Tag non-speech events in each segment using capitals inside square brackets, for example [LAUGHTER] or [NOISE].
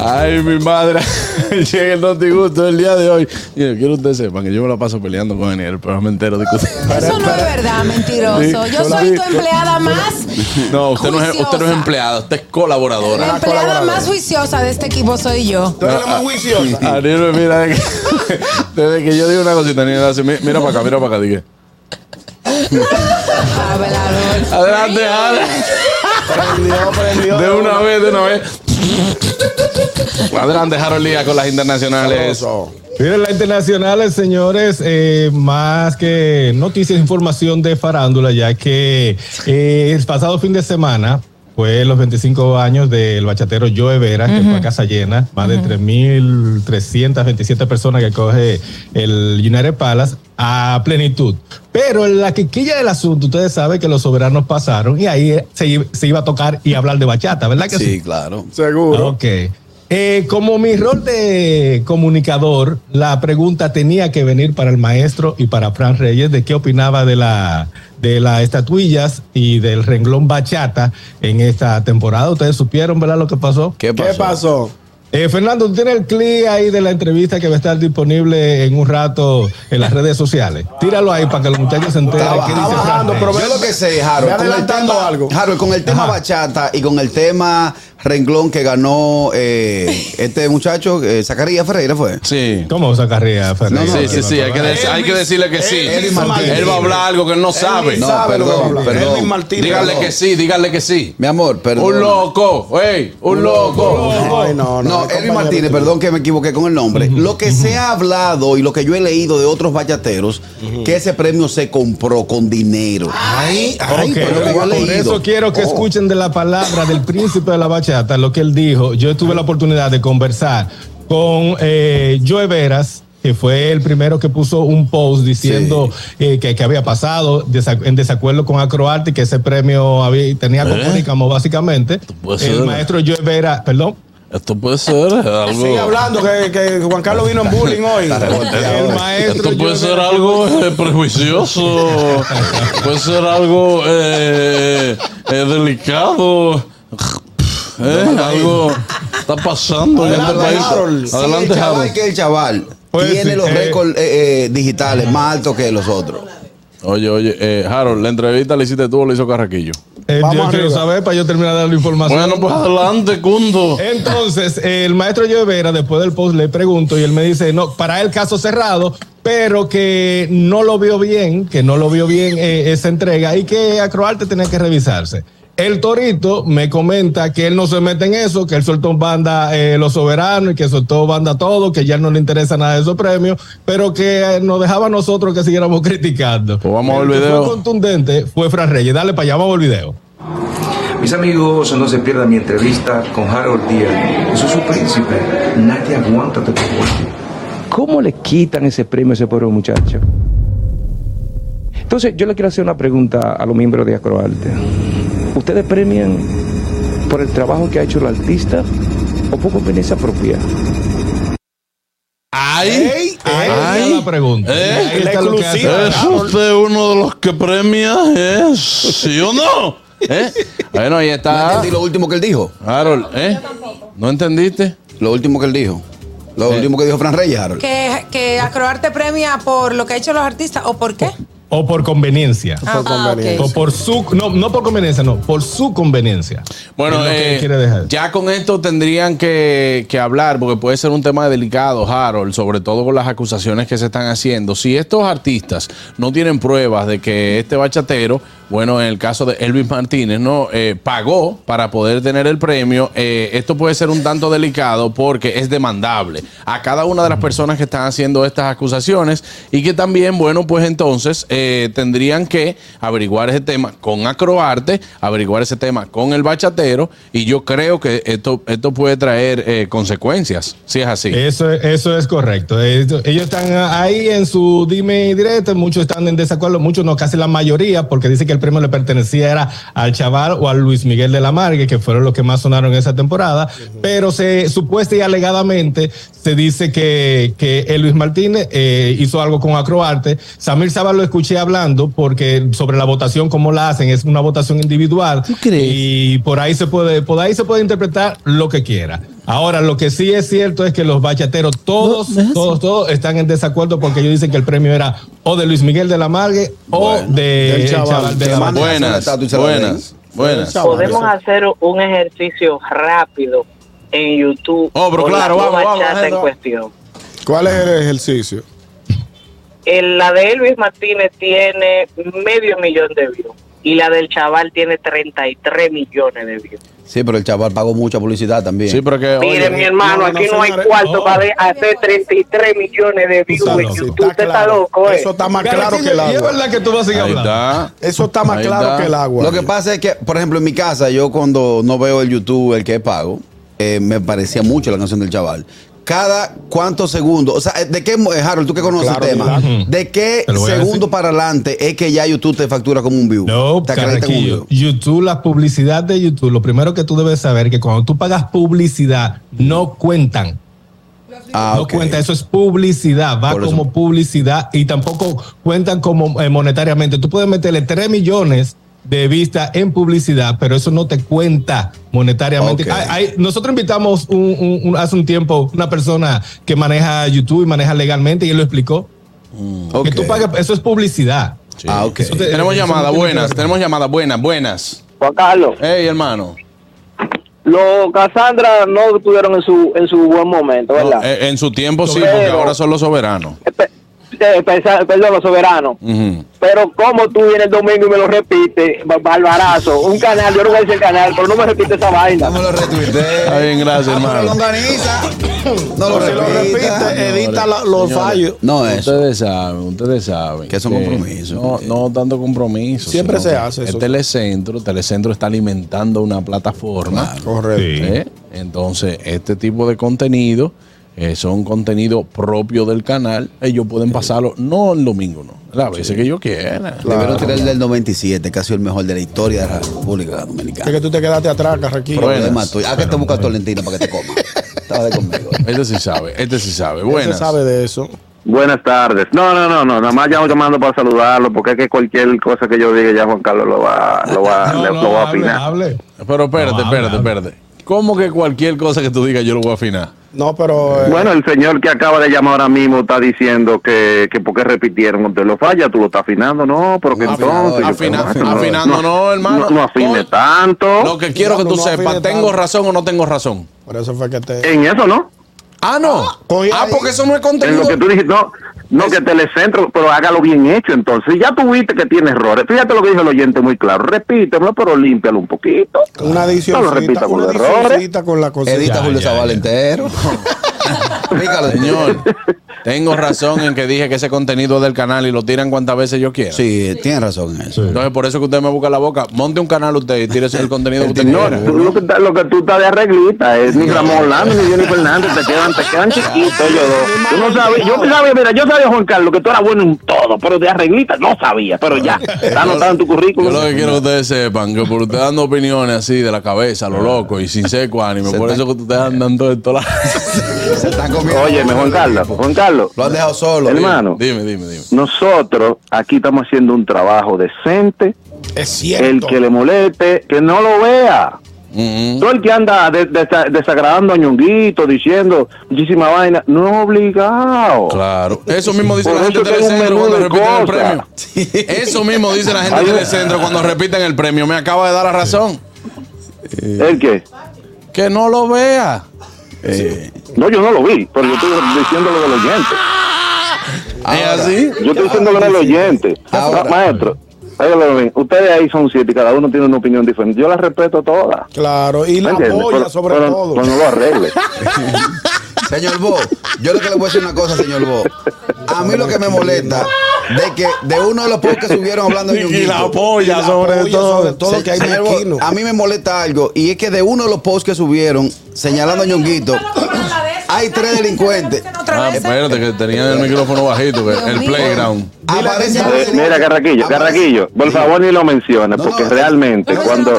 Ay, mi madre. [LAUGHS] Llega el Noti Gusto del día de hoy. Mire, quiero que ustedes sepan que yo me la paso peleando con él, el programa entero discutiendo. Eso no es verdad, mentiroso. Sí, Yo hola. soy tu empleada más, No, usted no, es, Juiciosa. usted no es empleada, usted es la colaboradora. empleada más juiciosa de este equipo soy yo. Tú eres la más [LAUGHS] juiciosa. Ariel, mira, desde que, desde que yo digo una cosita, Ariel hace, "Mi- mira para acá, mira para acá, dije. Abelardo. Adelante, adelante. Prendió, prendió. De una vez, de una vez. Adelante, Harold Lía con las internacionales. Miren, las internacionales, señores, eh, más que noticias, información de farándula, ya que eh, el pasado fin de semana fue los 25 años del bachatero Joe Vera, que fue a casa llena, más de 3.327 personas que coge el United Palace a plenitud. Pero en la quilla del asunto, ustedes saben que los soberanos pasaron y ahí se, se iba a tocar y hablar de bachata, ¿verdad que sí? Sí, claro. Seguro. Ok. Eh, como mi rol de comunicador, la pregunta tenía que venir para el maestro y para Fran Reyes de qué opinaba de la de las estatuillas y del renglón bachata en esta temporada. Ustedes supieron, ¿verdad? Lo que pasó. ¿Qué pasó? ¿Qué pasó? Eh, Fernando, tú tienes el clip ahí de la entrevista que va a estar disponible en un rato en las redes sociales. Tíralo ahí para que los muchachos se enteren Está qué dice Fran bajando, Reyes. pero ve Yo lo que sé, Harold, Ve con el adelantando tema, algo. Harold, con el tema Ajá. bachata y con el tema renglón que ganó eh, este muchacho, eh, Zacarías Ferreira, fue. Sí. ¿Cómo sacaría Fernando? sí, sí, sí, hay que, dec- hay que decirle que sí. Elvis Martínez. Él va a hablar algo que él no sabe. No, sabe lo que perdón, habla. Edwin perdón. Martínez. Dígale perdón. que sí, dígale que sí. Mi amor, perdón. Un loco, ey, un loco. Ay, no, No, mi Edwin compañero. Martínez, perdón que me equivoqué con el nombre. Lo que se ha hablado y lo que yo he leído de otros bachateros, que ese premio se compró con dinero. Ay, ay, Ah. Ok, pero por yo he leído. eso quiero que Oh. escuchen de la palabra del príncipe de la bachata lo que él dijo. Yo tuve la oportunidad de conversar con eh, Joe Veras, que fue el primero que puso un post diciendo eh, que, que había pasado desa- en desacuerdo con Acroarte, que ese premio había, tenía con Comunicamo, básicamente. puedes El ser. maestro Joe Veras, perdón. Esto puede ser Sigue algo. hablando que, que Juan Carlos vino en bullying hoy. El maestro Esto puede Joe ser Veras- algo eh, prejuicioso, puede ser algo eh, eh, delicado, Eh, algo está pasando en este Adelante, país. Harold. Adelante, Sí, el chaval, Harold. que el chaval Pues tiene sí, los eh. récords eh, eh, digitales más altos que los otros. Oye, oye, eh, Harold, la entrevista la hiciste tú o la hizo Carraquillo. Eh, Vamos yo quiero arriba. saber para yo terminar de dar la información. Bueno, pues adelante, Cundo. Entonces, el maestro Llovera, después del post, le pregunto y él me dice, no, para el caso cerrado, pero que no lo vio bien, que no lo vio bien eh, esa entrega y que Acroarte tenía que revisarse. El Torito me comenta que él no se mete en eso, que él soltó banda eh, Los Soberanos y que soltó banda todo, que ya no le interesa nada de esos premios, pero que eh, nos dejaba a nosotros que siguiéramos [LAUGHS] criticando. Pues vamos a ver el que video. Fue contundente, fue Fran Reyes. Dale para allá, vamos al video. Mis amigos, no se pierdan mi entrevista con Harold Díaz. Yo soy su príncipe. Nadie aguanta tu propuesta. ¿Cómo le quitan ese premio a ese pobre muchacho? Entonces, yo le quiero hacer una pregunta a los miembros de Acroarte. ¿Ustedes premian por el trabajo que ha hecho el artista o por conveniencia propia? Ay, Ahí está la pregunta. Eh, Ahí está la lo que hace exclusiva. Fran. ¿es usted uno de los que premia? ¿Eh? ¿Sí o no? ¿Eh? Bueno, ahí ¿No está. entendí lo último que él dijo? Harold, ¿eh? ¿No entendiste? Lo último que él dijo. Lo último que dijo Fran Reyes, Harold. Que, que Acroarte premia por lo que ha hecho los artistas o por qué. O por conveniencia. Ah, ah, ok. O por su. No, no por conveniencia, no. Por su conveniencia. Bueno, Es lo que eh, quiere dejar. ya con esto tendrían que, que hablar, porque puede ser un tema delicado, Harold, sobre todo con las acusaciones que se están haciendo. Si estos artistas no tienen pruebas de que este bachatero, bueno, en el caso de Elvis Martínez, ¿no? Eh, pagó para poder tener el premio, eh, esto puede ser un tanto delicado porque es demandable a cada una de las personas que están haciendo estas acusaciones y que también, bueno, pues entonces eh, tendrían que averiguar ese tema con Acroarte, averiguar ese tema con el bachatero y yo creo que esto, esto puede traer eh, consecuencias, si es así. Eso, es- eso es correcto. Esto- Ellos están ahí en su dime y directo. Muchos están en desacuerdo, muchos no, casi la mayoría, porque dice que el el premio le pertenecía era al Chaval o a Luis Miguel de la Margue, que fueron los que más sonaron esa temporada, pero se supuesta y alegadamente se dice que, que el Luis Martínez eh, hizo algo con Acroarte. Samir Sabal lo escuché hablando porque sobre la votación, cómo la hacen, es una votación individual. Y por ahí se puede, por ahí se puede interpretar lo que quiera. Ahora, lo que sí es cierto es que los bachateros, todos, todos, todos están en desacuerdo porque ellos dicen que el premio era o de Luis Miguel de la Margue o de del el Chaval, Chaval de que la la Margue. manda a hacer una estatua Buenas, y se la buenas, buenas. Chaval, Podemos eso. hacer un ejercicio rápido en YouTube Oh, pero con claro, la vamos, nueva vamos, chata en vamos. cuestión. ¿Cuál es el ejercicio? El- la de Luis Martínez tiene medio millón de views y la del chaval tiene 33 millones de views. venden. Sí, pero el chaval pagó mucha publicidad también. Sí, pero que. Mire, mi Oye, hermano, Eh, no, no, aquí no, no, hay señores, cuarto no. para de- hacer 33 millones de views Está en loco, YouTube. Usted está claro. loco, ¿eh? Eso está más Pero claro sí, que el y es agua. verdad que tú vas a seguir ahí hablando. está. Eso está más Ahí claro está. que el agua. Lo que pasa es que, por ejemplo, en mi casa, yo cuando no veo el YouTube, el que es pago, eh, me parecía mucho la canción del chaval. Cada cuántos segundos, o sea, eh, ¿de qué, mo- eh, Harold, tú que conoces Claro, el tema? claro. ¿De qué Te lo voy a segundo decir. para adelante es que ya YouTube te factura como un view? No, te acreditan como un Carraquillo. view. YouTube, la publicidad de YouTube, lo primero que tú debes saber es que cuando tú pagas publicidad, no cuentan. Ah, no ok. cuenta, eso es publicidad, va Por eso. como publicidad y tampoco cuentan como eh, monetariamente. Tú puedes meterle 3 millones de vistas en publicidad, pero eso no te cuenta monetariamente. Ok. Hay- hay- nosotros invitamos un- un- un- hace un tiempo una persona que maneja YouTube y maneja legalmente y él lo explicó. Mm. Ok. Que tú pagues, eso es publicidad. Ah, ok. Eso te- Tenemos eso no llamada, tiene que buenas, ver. tenemos llamada, buenas, buenas. Juan Carlos, Ey, hermano. los Casandra no estuvieron en su, en su buen momento, No, eh, en su tiempo sí, Pero- porque ahora son los soberanos. Espe- eh, pensa- Perdón, los soberanos. Ujú. Pero como tú vienes el domingo y me lo repites, ba- barbarazo, un canal, yo no voy a decir el canal, pero no me repites esa vaina. No me lo retuitees. Está bien, gracias, Ah, pero hermano. longaniza. No lo Pero si lo repitas. repite, edita la- los fallos. No, eso. Ustedes saben, ustedes saben. Que eso es compromiso. No, no tanto compromiso. Siempre sino se que hace eso. El telecentro, Telecentro está alimentando una plataforma. Correcto. ¿eh? Entonces, este tipo de contenido eh, son contenido propio del canal. Ellos pueden pasarlo, no el domingo, no. Las veces que yo quiera. Debieron tirar el del 97, casi el mejor de la historia de la República Dominicana. Es que tú te quedaste atrás, Carraquillo. Bueno. Problema tuyo. Ah, que te busca Tolentino para que te coma. Estaba de conmigo. Este sí sabe, este sí sabe. Él se Buenas. sabe de eso. Buenas tardes. No, no, no, no. Nada más llamo llamando para saludarlo, porque es que cualquier cosa que yo diga ya Juan Carlos lo va, lo [LAUGHS] [LAUGHS] va, No, le- no, lo va a hable, opinar. hable. Pero espérate, No, espérate, habla, espérate. ¿Cómo que cualquier cosa que tú digas yo lo voy a afinar? No, pero. eh, Bueno, el señor que acaba de llamar ahora mismo está diciendo que, que porque repitieron te lo falla, tú lo estás afinando, no, pero que No, entonces... yo afina- tengo- no, afinando, no, hermano. No, no afine No. tanto. Lo que quiero que no, tú no sepas, afine ¿tengo tanto. razón o no tengo razón? Por eso fue que te. En eso, ¿no? Ah, no. coño, Ah, ay. porque eso no es En contenido. lo que tú dijiste, no, no que telecentro, pero hágalo bien hecho entonces. Ya tuviste que tiene errores. Fíjate lo que dijo el oyente muy claro. Repítemelo, pero límpialo un poquito. Una No lo repita adicioncita. con Una los errores. adicioncita con la cosita. Edita Julio Zavala entero. Explícalo, Señor, tengo razón en que dije que ese contenido es del canal y lo tiran cuantas veces yo quiera. Sí, tienes razón en eso. Entonces, por eso que usted me busca la boca. Monte un canal usted y tírese el contenido que usted No, quiera. tú- lo que, está- lo que tú estás de arreglita es ni Ramón Orlando ni [LAUGHS] Johnny Fernández te quedan, te quedan chiquitos ellos dos. Tú no sabes, yo sabía, mira, yo sabía Juan Carlos que tú eras bueno en todo, pero de arreglita no sabía, pero [LAUGHS] ya, está anotado en tu Yo currículum. lo que quiero que ustedes sepan, que por usted dando opiniones así de la cabeza, a lo loco y sin seco ánimo, por eso que ustedes andan todo esto. la- Se están comiendo. Oye, Juan Carlos, Juan Carlos, Lo han dejado solo. hermano, Dime, dime, dime. nosotros aquí estamos haciendo un trabajo decente, Es cierto. el que le moleste, que no lo vea. Mm, mm. Todo el que anda de- desa- desagradando a Ñonguito, diciendo muchísima vaina, no es obligado. Claro. Eso mismo dice Por la gente eso del que hay un Telecentro menú cuando de repiten el cosas. [LAUGHS] premio. Eso mismo dice la gente Hay del un- Telecentro cuando repiten el premio. Me acaba de dar la razón. ¿El qué? Que no lo vea. Eh, No, yo no lo vi, pero yo estoy diciendo lo del oyente. ¿Es así? Yo estoy diciendo lo del oyente. Ahora. Ma- Maestro, óigalo bien, ustedes ahí son siete y cada uno tiene una opinión diferente. Yo las respeto todas. Claro. Y ¿Me la entiendes? polla, Pero- sobre pero- todo. pero no lo arregle. [LAUGHS] Señor Bo, yo lo que le voy a decir una cosa, señor Bo. A mí lo que me molesta de que de uno de los posts que subieron hablando de Ñonguito, polla, sobre todo. Sobre todo se- que hay señor Bo, mezquino. A mí me molesta algo y es que de uno de los posts que subieron señalando a Ñonguito, Pero, pero, pero, la de esa. Hay tres delincuentes. Ah, espérate, que tenían el micrófono bajito, que- el playground. Aparece Eh, mira, Carraquillo, Ah, pues. Carraquillo, por favor ni lo menciones, porque realmente cuando,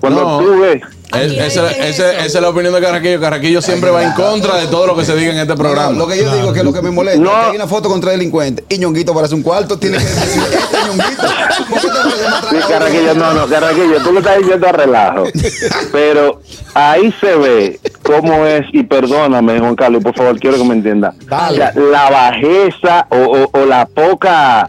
cuando No. tú ves... Es- esa, esa- esa es la opinión de Carraquillo. Carraquillo siempre va en contra de todo lo que se diga en este programa. Lo que yo digo que lo que me molesta es que hay una foto con tres delincuentes y Ñonguito parece un cuarto. Tiene que [LAUGHS] decir, este Ñonguito. ¿por qué te parece más Sí, Carraquillo, no, no, Carraquillo, tú lo estás diciendo a relajo. Pero ahí se ve cómo es, y perdóname, Juan Carlos, por favor, quiero que me entienda. Dale. O sea, la bajeza o, o- o la poca,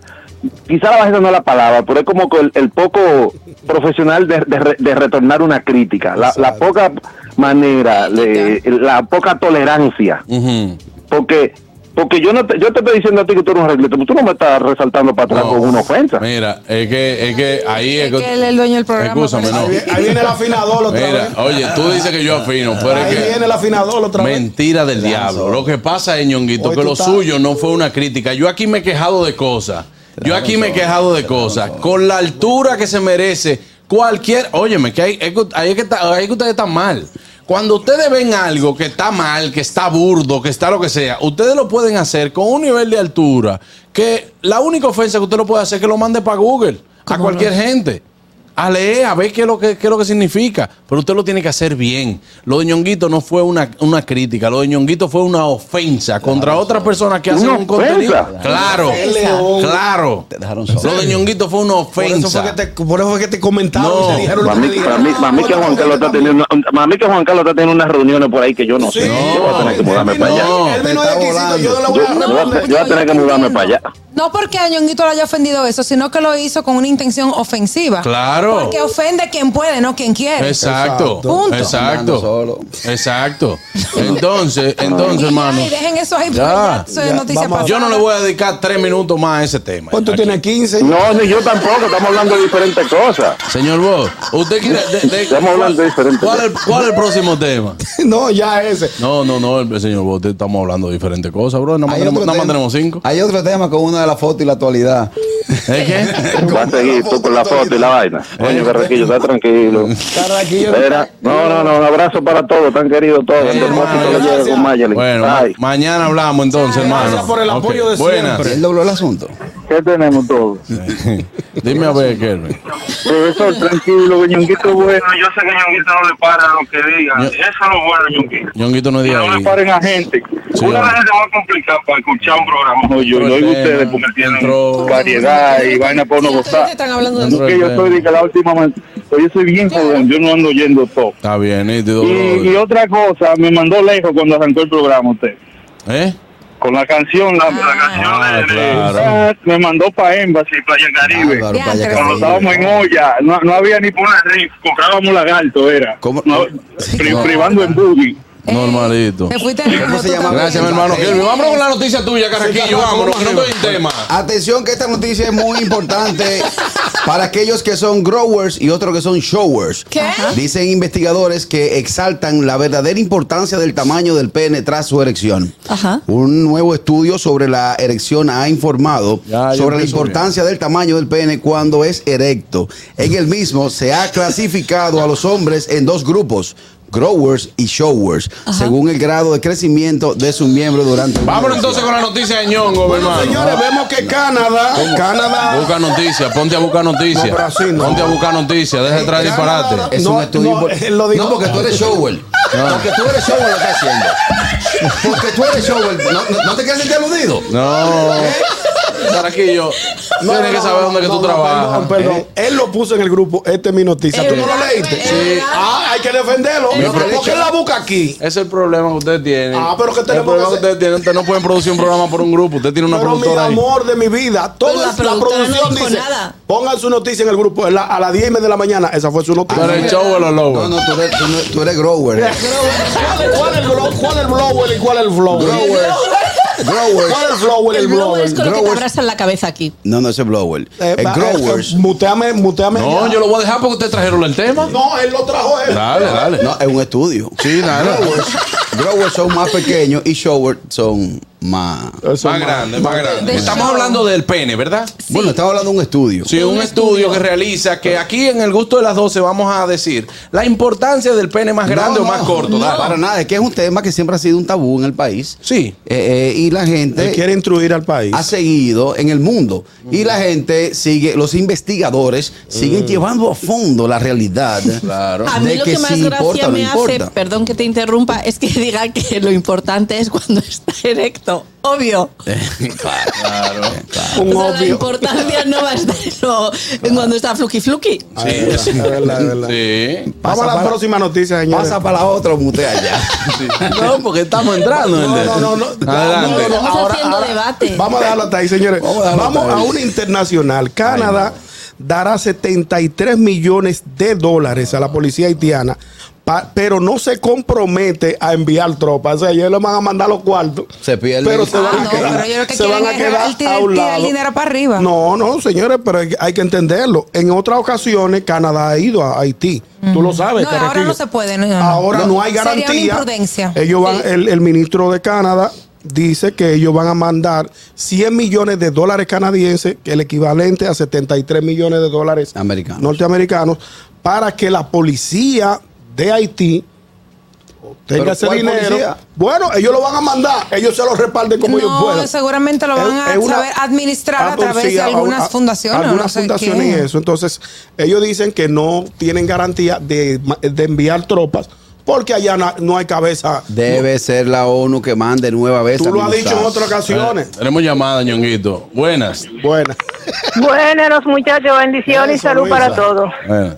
quizá la bajeza no es la palabra, pero es como que el, el poco profesional de, de re- de retornar una crítica, la, la poca manera, le- la poca tolerancia. Porque porque yo no te, yo te estoy diciendo a ti que tú eres un arreglito, pero tú no me estás resaltando para atrás con una ofensa. Mira, es que, es que ahí es Que él es el dueño del programa. Escúchame, no. Ahí viene el afinador [LAUGHS] otra Mira, vez. oye, tú dices que yo afino, pero es Ahí que. viene el afinador otra vez. Mentira del diablo. Lo que pasa es, ñonguito, Hoy que tú lo estás- suyo no fue una crítica. Yo aquí me he quejado de cosas. Yo aquí me he quejado de cosas. Con la altura que se merece cualquier. Óyeme, que hay, es que- ahí es que, está- ahí es que ustedes están mal. Cuando ustedes ven algo que está mal, que está burdo, que está lo que sea, ustedes lo pueden hacer con un nivel de altura que la única ofensa que usted lo puede hacer es que lo mande para Google, a cualquier gente a leer, a ver qué es lo que, qué es lo que significa. Pero usted lo tiene que hacer bien. Lo de ñonguito no fue una, una crítica, lo de ñonguito fue una ofensa contra otras personas que hacen Una un contenido. ofensa. Claro, Él le dio- claro. Lo de ñonguito fue una Por eso, fue que ofensa. te, por eso fue que te comentaron No, y te dijeron lo que Mami, te dijeron. mami, mami que Juan Carlos está teniendo, una- mami que Juan Carlos está teniendo unas reuniones por ahí que yo no sé. Yo voy a tener que mudarme para allá. No, Él vino de Te está exquisito, yo no le Yo, voy a yo voy a, yo voy a tener que mudarme para allá. No porque a Ñonguito le haya ofendido eso, sino que lo hizo con una intención ofensiva. Claro. Porque ofende quien puede, no quien quiere. Exacto, Punto. Andando exacto, solo. exacto. Entonces, Y entonces, ya, hermano, y dejen eso ahí. porque Ya, ya eso es noticia pasada. yo no le voy a dedicar tres minutos más a ese tema. ¿Cuánto Aquí. tiene? 15. No, ni yo tampoco, estamos hablando de diferentes cosas. Señor Vos, usted quiere. Oh, de- de- Estamos hablando de diferentes ¿Cuál es- cuál es el próximo tema? No, ya ese. No, no, no, el señor Bote, estamos hablando de diferentes cosas, bro. Nada más Hay tenemos, otro nada más tema- tenemos cinco. Hay otro tema con una de las fotos y la actualidad. ¿Es que? [LAUGHS] Vas a seguir tú con la foto y la vaina. Coño, Carraquillo, está tranquilo. Carraquillo. Espera. No, no, no, un abrazo para todos, tan queridos todos. El depósito le llega con Mayeli. Bueno, ma- Ay, mañana hablamos entonces, hermano. Gracias por el Ok, apoyo de Buenas. siempre. Él dobló el asunto. ¿Qué tenemos todos? [LAUGHS] Dime a ver, Kelvin. Profesor, tranquilo, Ñonguito es bueno. Yo sé que Ñonguito no le para lo que diga. Yo- Eso es lo bueno, Ñonguito. Ñonguito no Que diga no ahí. le paren a gente. Sí, Una de ahora. las gente va a complicar para escuchar un programa. No, yo Otro lo oigo tema, ustedes porque tienen otro- variedad y vaina por no Sí, ustedes gozar. están hablando de Es eso. que yo soy de que la última man- pues yo soy bien jodón, yo no ando yendo todo. Está bien, nítido, Y, y brother. otra cosa, me mandó lejos cuando arrancó el programa usted. ¿Eh? Con la canción, la, la canción Ah, de, de- claro. me mandó para Embassy, Playa Caribe. Álvaro, Diantre. Playa Cuando Caribe. estábamos en olla, no, no había ni por una rif, comprábamos lagarto, era. ¿Cómo? No, pri- privando en buggy. Eh, Normalito. Te fuiste en ¿Cómo se llama? Gracias, mi hermano Sí. Kelvin. Vámonos con la noticia tuya, Carraquillo. Vámonos, que no estoy en tema. Atención que esta noticia es muy importante para aquellos que son growers y otros que son showers. ¿Qué? Ajá. Dicen investigadores que exaltan la verdadera importancia del tamaño del pene tras su erección. Ajá. Un nuevo estudio sobre la erección ha informado Ya, ya sobre la empezó importancia del tamaño del pene cuando es erecto. En el mismo se [LAUGHS] ha clasificado a los hombres en dos grupos. Growers y showers, según el grado de crecimiento de su miembro durante el Vámonos entonces con la noticia de Ñongo, mi hermano. Señores, vemos que Canadá, Canadá, Busca noticias, ponte a buscar noticias. No, pero así no. Ponte a buscar noticias, deja de traer Canadá- disparate. Es No, un estudio no, eh. eh, impor- él lo dijo. No, porque tú eres [LAUGHS] shower. Porque tú eres shower lo estás haciendo. Porque tú eres shower. No, no- no te quieres sentir aludido. ¿Eh? No. Carraquillo, No, tienes no, que saber no, dónde que no, tú no, trabajas. Eh, Perdón, perdón. Él lo puso en el grupo. Este es mi noticia. ¿Tú no lo leíste? eh, Sí. Ah, hay que defenderlo. Mi ¿Por derecho. qué él la busca aquí? Ese es el problema que ustedes tienen. Ah, pero ¿qué El tenemos problema que hacer? que ustedes tienen, ustedes no pueden producir un programa por un grupo, usted tiene una Pero mi productora ahí. amor de mi vida, toda la, Pero la productora producción no dijo dice, nada. pongan su noticia en el grupo a la- a las 10 y media de la mañana. Esa fue su noticia. Para el show de los No, lobos. no, tú eres, tú no- tú [LAUGHS] eres grower. ¿Cuál, cuál el glow- ¿Cuál el blower y cuál el flower? Grower. Grower. ¿Cuál el flower y el blower? con lo que te Growers. abrazan la cabeza aquí. No, no, ese es blower. Eh, Es va, growers. eh, Muteame, muteame. No, ya. Pues, yo lo voy a dejar porque ustedes trajeron el tema. No, él lo trajo él. Dale, dale. No, es un estudio. Sí, dale. Growers son más pequeños y showers son más. Más grande, más grande. de Estamos show. hablando del pene, ¿verdad? Bueno, estaba hablando de un estudio. Sí, un estudio que realiza que aquí en el gusto de las 12 vamos a decir la importancia del pene más grande No, o más no, corto. no, dale. Para nada, es que es un tema que siempre ha sido un tabú en el país. Sí. Eh, eh, y la gente. Él quiere instruir al país. Mm. ha seguido en el mundo. Y la gente sigue, los investigadores siguen llevando a fondo la [LAUGHS] realidad. Claro. A mí lo que más gracia o no me hace, importa. perdón que te interrumpa, es que [LAUGHS] diga que lo importante es cuando está erecto. Obvio. Claro. Un O sea, La obvio. importancia no va a estar en lo- en cuando está fluki fluki. Sí, es verdad, es verdad. Sí. Vamos a la para- próxima noticia, señores. Pasa para la otra, mutea [LAUGHS] allá. No, porque estamos entrando en No, el- no, no, no. Adelante. No, no, no. Estamos haciendo debate. Vamos a dejarlo hasta ahí, señores. Vamos Vamos, a dejarlo hasta a ahí. una internacional. Canadá dará 73 millones de dólares a la policía haitiana, pa- pero no se compromete a enviar tropas. O sea, ellos le van a mandar los cuartos. Se pierden. Pero se Ah, van no, a quedar, pero ellos lo que se quieren van es a quedar el tirar- a un tirar el lado. dinero para arriba. No, no, señores, pero hay, hay que entenderlo. En otras ocasiones, Canadá ha ido a Haití. Tú lo sabes. No, ahora Carraquillo. no se puede, no, no, no. Ahora no hay Sería una garantía. imprudencia. Ellos van, el, el ministro de Canadá dice que ellos van a mandar 100 millones de dólares canadienses, que el equivalente a 73 millones de dólares Americanos. norteamericanos, para que la policía de Haití ¿Pero tenga ese cuál dinero. policía? Bueno, ellos lo van a mandar, ellos se lo reparten como ellos No, puedan. seguramente lo van a Es- es una- saber administrar a través de policía, algunas a- a- fundaciones. o Algunas no sé fundaciones qué. y eso. Entonces, ellos dicen que no tienen garantía de, ma- de enviar tropas porque allá na- no hay cabeza. Debe ser la ONU que mande nueva vez. Tú a lo has dicho en Minusal. otras ocasiones. Tenemos llamada, ñonguito. Buenas. Buena. Buenos muchachos, bendiciones y Eso, salud Luisa. para todos. Buenas.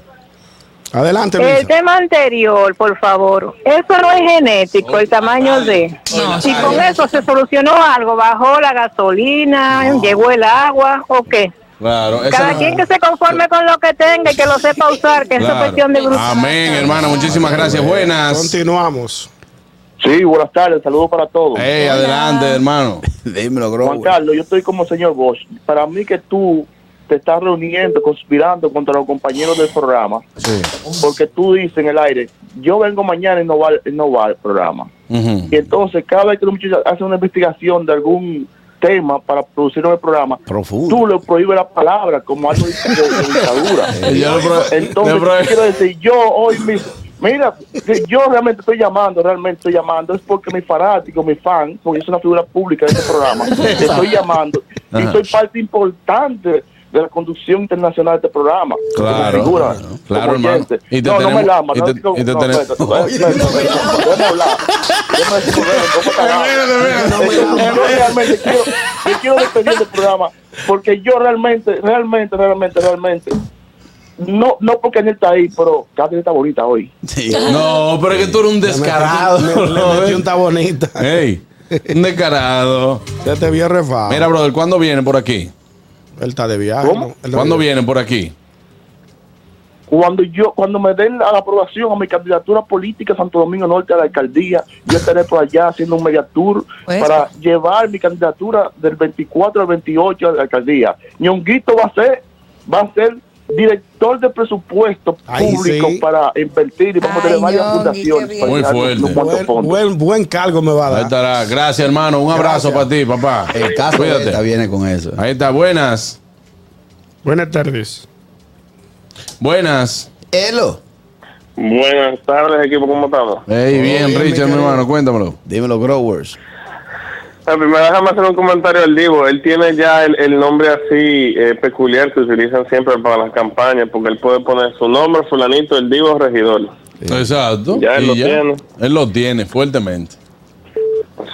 Adelante, El Luisa. tema anterior, por favor. Eso no es genético, el tamaño de. No, Si con eso se solucionó algo, bajó la gasolina, llegó el agua, ¿o qué? Claro. esa Cada no- quien que se conforme con lo que tenga y que lo sepa usar, que eso es Claro. cuestión de grupo. Amén, hermano. Muchísimas gracias. Buenas. Continuamos. Sí, buenas tardes, saludos para todos. Ey, adelante, hermano. Dímelo, Juan Grover. Carlos, yo estoy como señor Bosch. Para mí que tú te estás reuniendo, conspirando contra los compañeros del programa, Sí. porque tú dices en el aire, yo vengo mañana y no va, y no va el programa. Ujú. Mm. Y entonces, cada vez que los muchachos hacen una investigación de algún tema para producir un programa, Profundo. tú le prohíbes la palabra como algo de, de- de dictadura. Yo le pro- Entonces, le pro- yo quiero decir, yo hoy mismo, mira, si yo realmente estoy llamando, realmente estoy llamando, es porque mi fanático, mi fan, porque es una figura pública de este programa, estoy llamando y soy parte importante de la conducción internacional de este programa. como Claro, figura, claro, como claro, hermano. oyente. Y te no, no me tenemos- lama, y no te- digo- y te no, tenemos- espérate, espérate, espérate, espérate, déjame hablar, déjame decir, ¿cómo está la- yo realmente quiero, yo quiero despedir del programa porque yo realmente, realmente, realmente, realmente, no, no porque él está ahí, pero Catherine está bonita hoy. No, pero es que tú eres un descarado. Le metí un brother. tabonita. Ey, un descarado. Ya te vi refado. Mira, brother, ¿cuándo viene por aquí? él está de viaje. ¿Cómo? ¿no? Él está ¿Cuándo de viaje. viene por aquí? Cuando yo, cuando me den la, la aprobación a mi candidatura política a Santo Domingo Norte a la alcaldía, yo estaré por allá haciendo un media tour Pues. para llevar mi candidatura del 24 al 28 a la alcaldía. Ñonguito va a ser, va a ser director de presupuesto Ay, público sí. para invertir y vamos a Ay, tener varias Ñongui, qué fundaciones. bien. para Muy llegar fuerte. unos cuantos Buen, fondos. buen, buen cargo me va Ahí a dar. estará. Gracias, hermano. Un abrazo para ti, papá. El caso de esta Cuídate. viene con eso. Ahí está. Buenas. Buenas tardes. Buenas. Elo. Buenas tardes, equipo, ¿cómo estamos? Ey, bien, Richard, mi hermano. Cuéntamelo. Dímelo, Growers. Ah, Primero déjame hacer un comentario al Divo. Él tiene ya el, el nombre así eh, peculiar que utilizan siempre para las campañas, porque él puede poner su nombre, fulanito, el Divo regidor. Exacto. Ya él Y lo tiene. Él lo tiene fuertemente.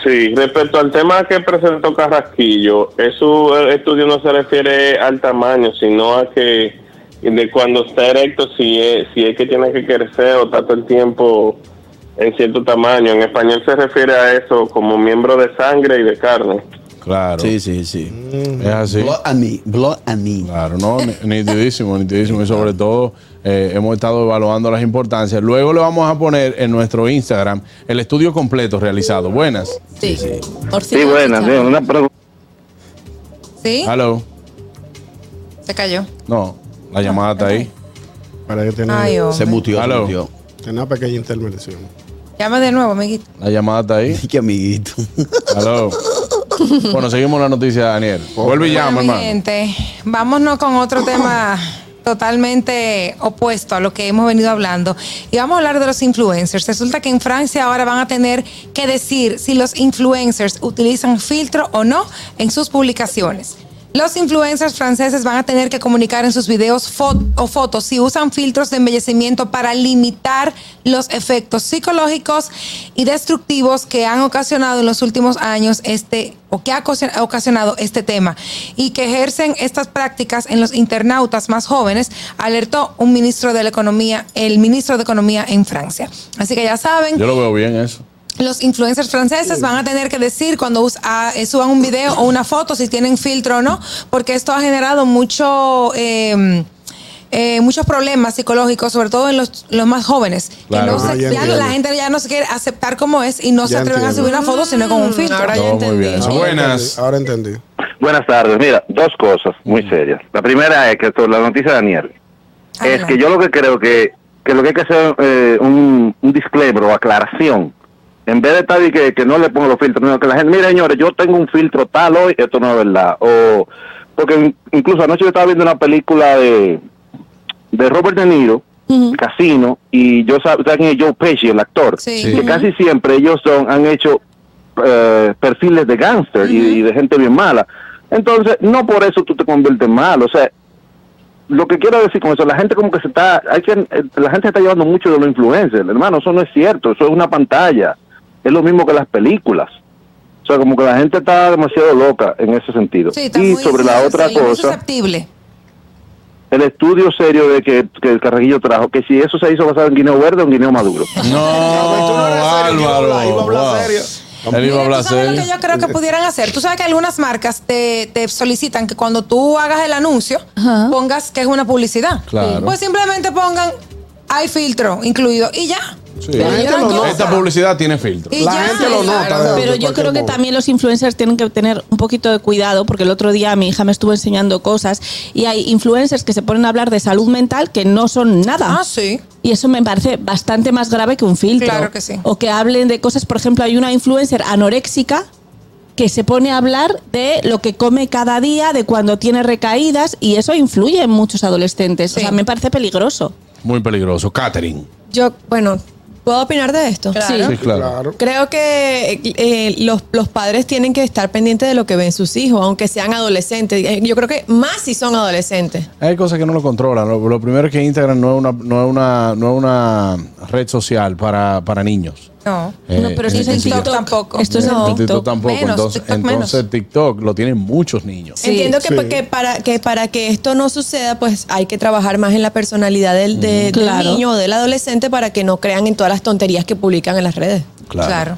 Sí, respecto al tema que presentó Carrasquillo, eso eh, estudio no se refiere al tamaño, sino a que de cuando está erecto, si es, si es que tiene que crecer o está todo el tiempo en cierto tamaño. En español se refiere a eso como miembro de sangre y de carne. Claro. Sí, sí, sí. Es así. Blood and Mm. me. Blood and me. Claro, no, ni- nitidísimo, nitidísimo. Y sobre todo, eh, hemos estado evaluando las importancias. Luego le vamos a poner en nuestro Instagram el estudio completo realizado. Buenas. Sí, Por si Sí, no, buena, chicha. una pregunta. Sí, Hello. Ah. se cayó. No, la llamada está ahí. Para que tenga, Ay, oh. Se hombre. mutió, se Aló. mutió. tenga una pequeña intervención. Llama de nuevo, amiguito. La llamada está ahí. [LAUGHS] Qué amiguito. Aló. Bueno, seguimos la noticia, Daniel. Vuelve y llama, Bueno, mi hermano. gente, vámonos con otro [CLEARS THROAT] tema totalmente opuesto a lo que hemos venido hablando. Y vamos a hablar de los influencers. Resulta que en Francia ahora van a tener que decir si los influencers utilizan filtro o no en sus publicaciones. Los influencers franceses van a tener que comunicar en sus videos fo- o fotos si usan filtros de embellecimiento para limitar los efectos psicológicos y destructivos que han ocasionado en los últimos años este o que ha ocasio- ha ocasionado este tema y que ejercen estas prácticas en los internautas más jóvenes, alertó un ministro de la economía, el ministro de economía en Francia. Así que ya saben, Yo lo veo bien eso. los influencers franceses van a tener que decir cuando us- ah, eh, suban un video o una foto si tienen filtro o no, porque esto ha generado mucho, eh, eh, muchos problemas psicológicos, sobre todo en los, los más jóvenes. que Claro. no se- Ah, ya ya entiendo. la gente ya no se quiere aceptar como es y no se Ya atreven a entiendo. subir una foto sino con un filtro. ahora Todo muy bien. Ahora Buenas. entendí, Ahora entendí. Buenas tardes. Mira, dos cosas muy serias. La primera es que sobre la noticia de Daniel. Es Adelante. que yo lo que creo que, que lo que hay que hacer eh, un, un disclaimer o aclaración. En vez de estar y que, que no le pongo los filtros, no, que la gente, mire señores, yo tengo un filtro tal hoy, esto no es verdad. O, porque in- incluso anoche yo estaba viendo una película de, de Robert De Niro, Casino, y yo sab- ¿saben quién es Joe Pesci, el actor? Sí. Que casi siempre ellos son, han hecho eh, perfiles de gángster y, y de gente bien mala. Entonces, no por eso tú te conviertes mal. O sea, lo que quiero decir con eso, la gente como que se está, hay que, eh, la gente se está llevando mucho de los influencers, hermano, eso no es cierto, eso es una pantalla, es lo mismo que las películas. O sea, como que la gente está demasiado loca en ese sentido. Sí, está y muy sobre la sensible, otra muy cosa, susceptible. el estudio serio de que, que el Carrajillo trajo, que si eso se hizo basado en guineo verde o en guineo maduro. No, Álvaro. iba a hablar wow. serio. Él iba a Mira, hablar ¿tú sabes lo serio. que yo creo que pudieran hacer? Tú sabes que algunas marcas te, te solicitan que cuando tú hagas el anuncio Ajá. pongas que es una publicidad. Claro. Pues simplemente pongan hay filtro incluido y ya. Sí. Pero La gente gran lo cosa. Esta publicidad tiene filtro. Y La ya, gente lo nota, claro. de- de Pero yo cualquier creo que modo. también los influencers tienen que tener un poquito de cuidado porque el otro día mi hija me estuvo enseñando cosas y hay influencers que se ponen a hablar de salud mental que no son nada. Ah, sí. Y eso me parece bastante más grave que un filtro. Claro que sí. O que hablen de cosas, por ejemplo, hay una influencer anoréxica que se pone a hablar de lo que come cada día, de cuando tiene recaídas y eso influye en muchos adolescentes. Sí. O sea, me parece peligroso. Muy peligroso. Catherine. Yo, bueno, ¿puedo opinar de esto? Claro. Sí, claro. Claro. Creo que eh, los, los padres tienen que estar pendientes de lo que ven sus hijos, aunque sean adolescentes. Eh, Yo creo que más si son adolescentes. Hay cosas que no lo controlan. Lo, lo primero es que Instagram no es una, no es una, no es una red social para, para niños. No. no, pero si si ni es en TikTok TikTok tampoco. Esto es en No. TikTok. TikTok tampoco. Menos, entonces, TikTok menos. entonces TikTok lo tienen muchos niños. Sí. Entiendo que, Sí. pa- que para, que para que esto no suceda, pues hay que trabajar más en la personalidad del, de- del Claro. niño o del adolescente para que no crean en todas las tonterías que publican en las redes. Claro. Claro.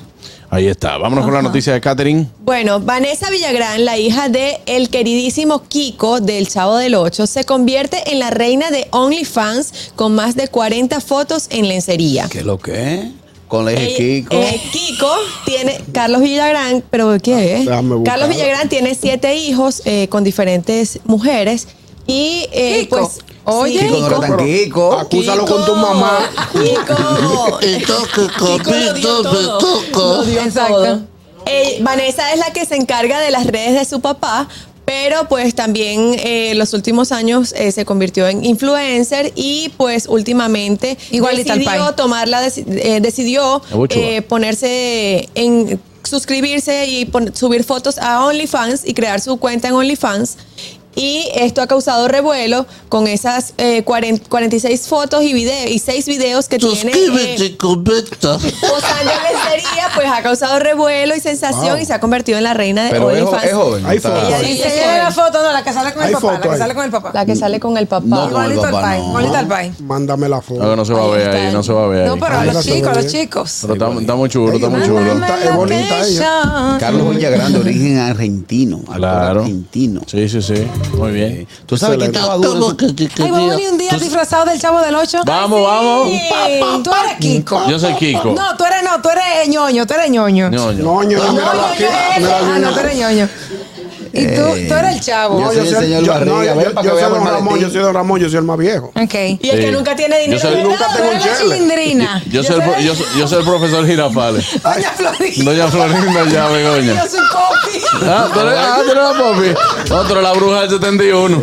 Ahí está. Vámonos con la noticia de Catherine. Bueno, Vanessa Villagrán, la hija de el queridísimo Kiko del Chavo del Ocho, se convierte en la reina de OnlyFans con más de 40 fotos en lencería. ¿Qué lo que? Con la hija Eh, Kiko. eh, Kiko tiene, Carlos Villagrán, pero ¿qué? Déjame buscar. Carlos Villagrán tiene siete hijos eh, con diferentes mujeres y eh, Kiko. pues... Oye. Kiko no era tan Kiko. Acúsalo con tu mamá. [LAUGHS] Kiko. Kiko lo dio todo. Lo dio Exacto. todo. Eh, Vanessa es la que se encarga de las redes de su papá, pero pues también eh, los últimos años eh, se convirtió en influencer y pues últimamente Igualita al decidió pai. tomar la deci- eh, decidió Abuchua. eh, ponerse en suscribirse y pon- subir fotos a OnlyFans y crear su cuenta en OnlyFans. Y esto ha causado revuelo con esas eh, 40 46 fotos y, video, y 6 videos que tiene. eh, posando en lencería, pues ha causado revuelo y sensación y se ha convertido en la reina de Pero es, jo- OnlyFans. es joven. Hay está- fotos. Sí, Y sí, se sí. lleva la foto, no, la que sale con el Hay papá, la foto que ahí. sale con el papá. La que sale con el papá. No, con el Igualito al papá, pai, no. igualito al pai. Mándame la foto. No, que no se va a Ahí ver está ahí. él. No se va a ver No, ahí. pero a Ahí la los se chicos, a ve. los chicos. Pero está, está muy chulo, está muy Ey, chulo. bonita, es bonita ella. [LAUGHS] Carlos Villagrán de origen argentino. actor Claro. Argentino. Sí, sí, sí. Muy bien. ¿Tú sabes quién estaba duro? Ay, vamos a venir un día disfrazado del chavo del 8. Vamos, vamos. Tú eres Kiko. Yo soy Kiko. No, tú eres no, tú eres ñoño, tú eres ñoño. Ñoño. No, ño, No, míralo ñoño aquí. es. Míralo Ah, no, tú aquí. eres ñoño. Y tú, tú eres el chavo. No, Eh, Ah, yo soy el- yo- no, yo- yo- yo soy don Ramón, yo soy don Ramón, yo soy el más viejo. Ok. Y el que Sí. nunca tiene dinero, Yo soy- ¿verdad? nunca tengo un Tú eres la chele. chilindrina. Yo soy, el, pro- yo, soy- yo soy el profesor Girafales. Doña Florinda. Doña Florinda llave, doña. Yo soy Coqui. Ah, tú eres, ah, tú eres la Poppy. Otro, la bruja del 71.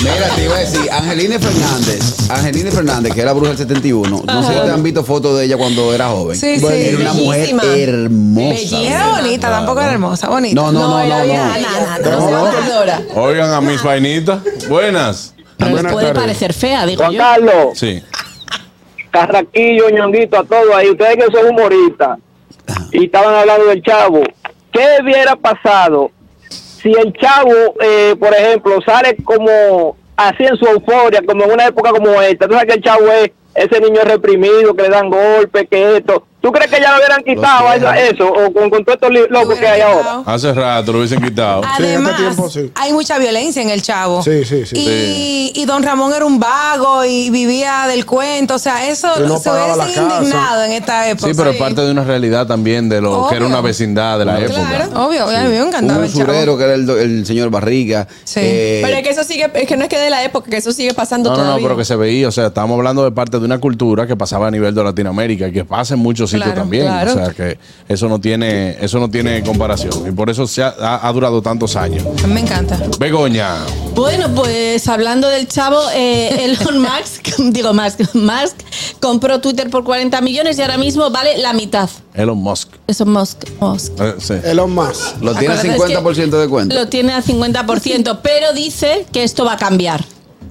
Mira, te iba a decir, Angelina Fernández, Angelina Fernández, que era bruja del 71. No sé si Ajá. te han visto fotos de ella cuando era joven. Sí, sí. Era una mujer Bellísima. hermosa. Era bonita, tampoco era hermosa, bonita. No, no, no, era no, bien- no. na, na, na, Pero no se no. valora. Oigan a mis vainitas. Buenas. Puede parecer fea, digo Juan yo. Carlos, Sí. Carraquillo, Ñonguito, a todos ahí, ustedes que son humoristas y estaban hablando del chavo, ¿qué hubiera pasado si el chavo, eh, por ejemplo, sale como así en su euforia, como en una época como esta? ¿Tú sabes que el chavo es ese niño reprimido, que le dan golpes, que esto? ¿Tú crees que ya lo hubieran quitado a esa- eso, o con, con todos estos li- locos que hay ahora? Hace rato lo hubiesen quitado. Además, hay mucha violencia en el chavo. Sí, sí, sí. Y, Sí. y don Ramón era un vago y vivía del cuento. O sea, eso Que no se pagaba la hubiese casa. indignado en esta época. Sí, pero es parte de una realidad también de lo que pues era Obvio. una vecindad de la época. Obvio, a mí me encantaba Un el chavo. usurero que era el, do- el señor Barriga. eh, Pero es que eso sigue, es que no es que de la época, que eso sigue pasando No, no, no, todavía. pero que se veía, o sea, estamos hablando de parte de una cultura que pasaba a nivel de Latinoamérica y que pasa en muchos sitios Claro, también, claro. o sea, que eso no tiene eso no tiene comparación y por eso se ha, ha- ha durado tantos años. Me encanta. Begoña, Bueno, pues hablando del chavo, eh, Elon Musk, [LAUGHS] digo Musk, Musk compró Twitter por 40 millones y ahora mismo vale la mitad. Elon Musk. Eso es Musk, Musk. Eh, sí. Elon Musk. Lo tiene Acuérdate, es 50% de cuenta. Lo tiene al 50%, pero dice que esto va a cambiar.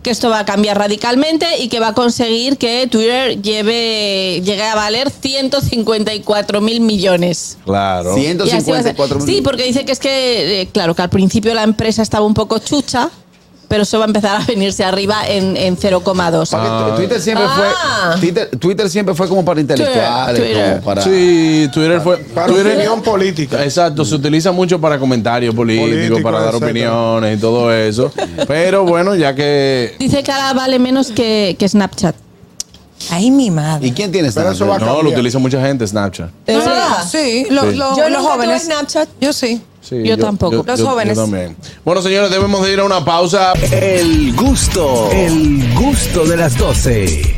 Que esto va a cambiar radicalmente y que va a conseguir que Twitter lleve, llegue a valer 154 mil millones. claro. Y así va a ser. Sí, porque dice que es que, eh, claro, que al principio la empresa estaba un poco chucha, pero eso va a empezar a venirse arriba en, en 0,2. Porque Twitter siempre Ah, Ah. fue Twitter, Twitter siempre fue como para intelectuales, como para Sí, Twitter fue Twitter- opinión política. Exacto, se utiliza mucho para comentarios políticos, Político, para dar exacto. opiniones y todo eso. Pero bueno, ya que Dice que ahora vale menos que, que Snapchat. Ay, mi madre. ¿Y quién tiene Snapchat? No, lo utiliza mucha gente Snapchat. No, no, sí, lo- Sí. lo- Yo los nunca tuve jóvenes. Yo sí. Sí, los yo- yo jóvenes. también. Bueno, señores, debemos de ir a una pausa. El gusto. El gusto de las 12.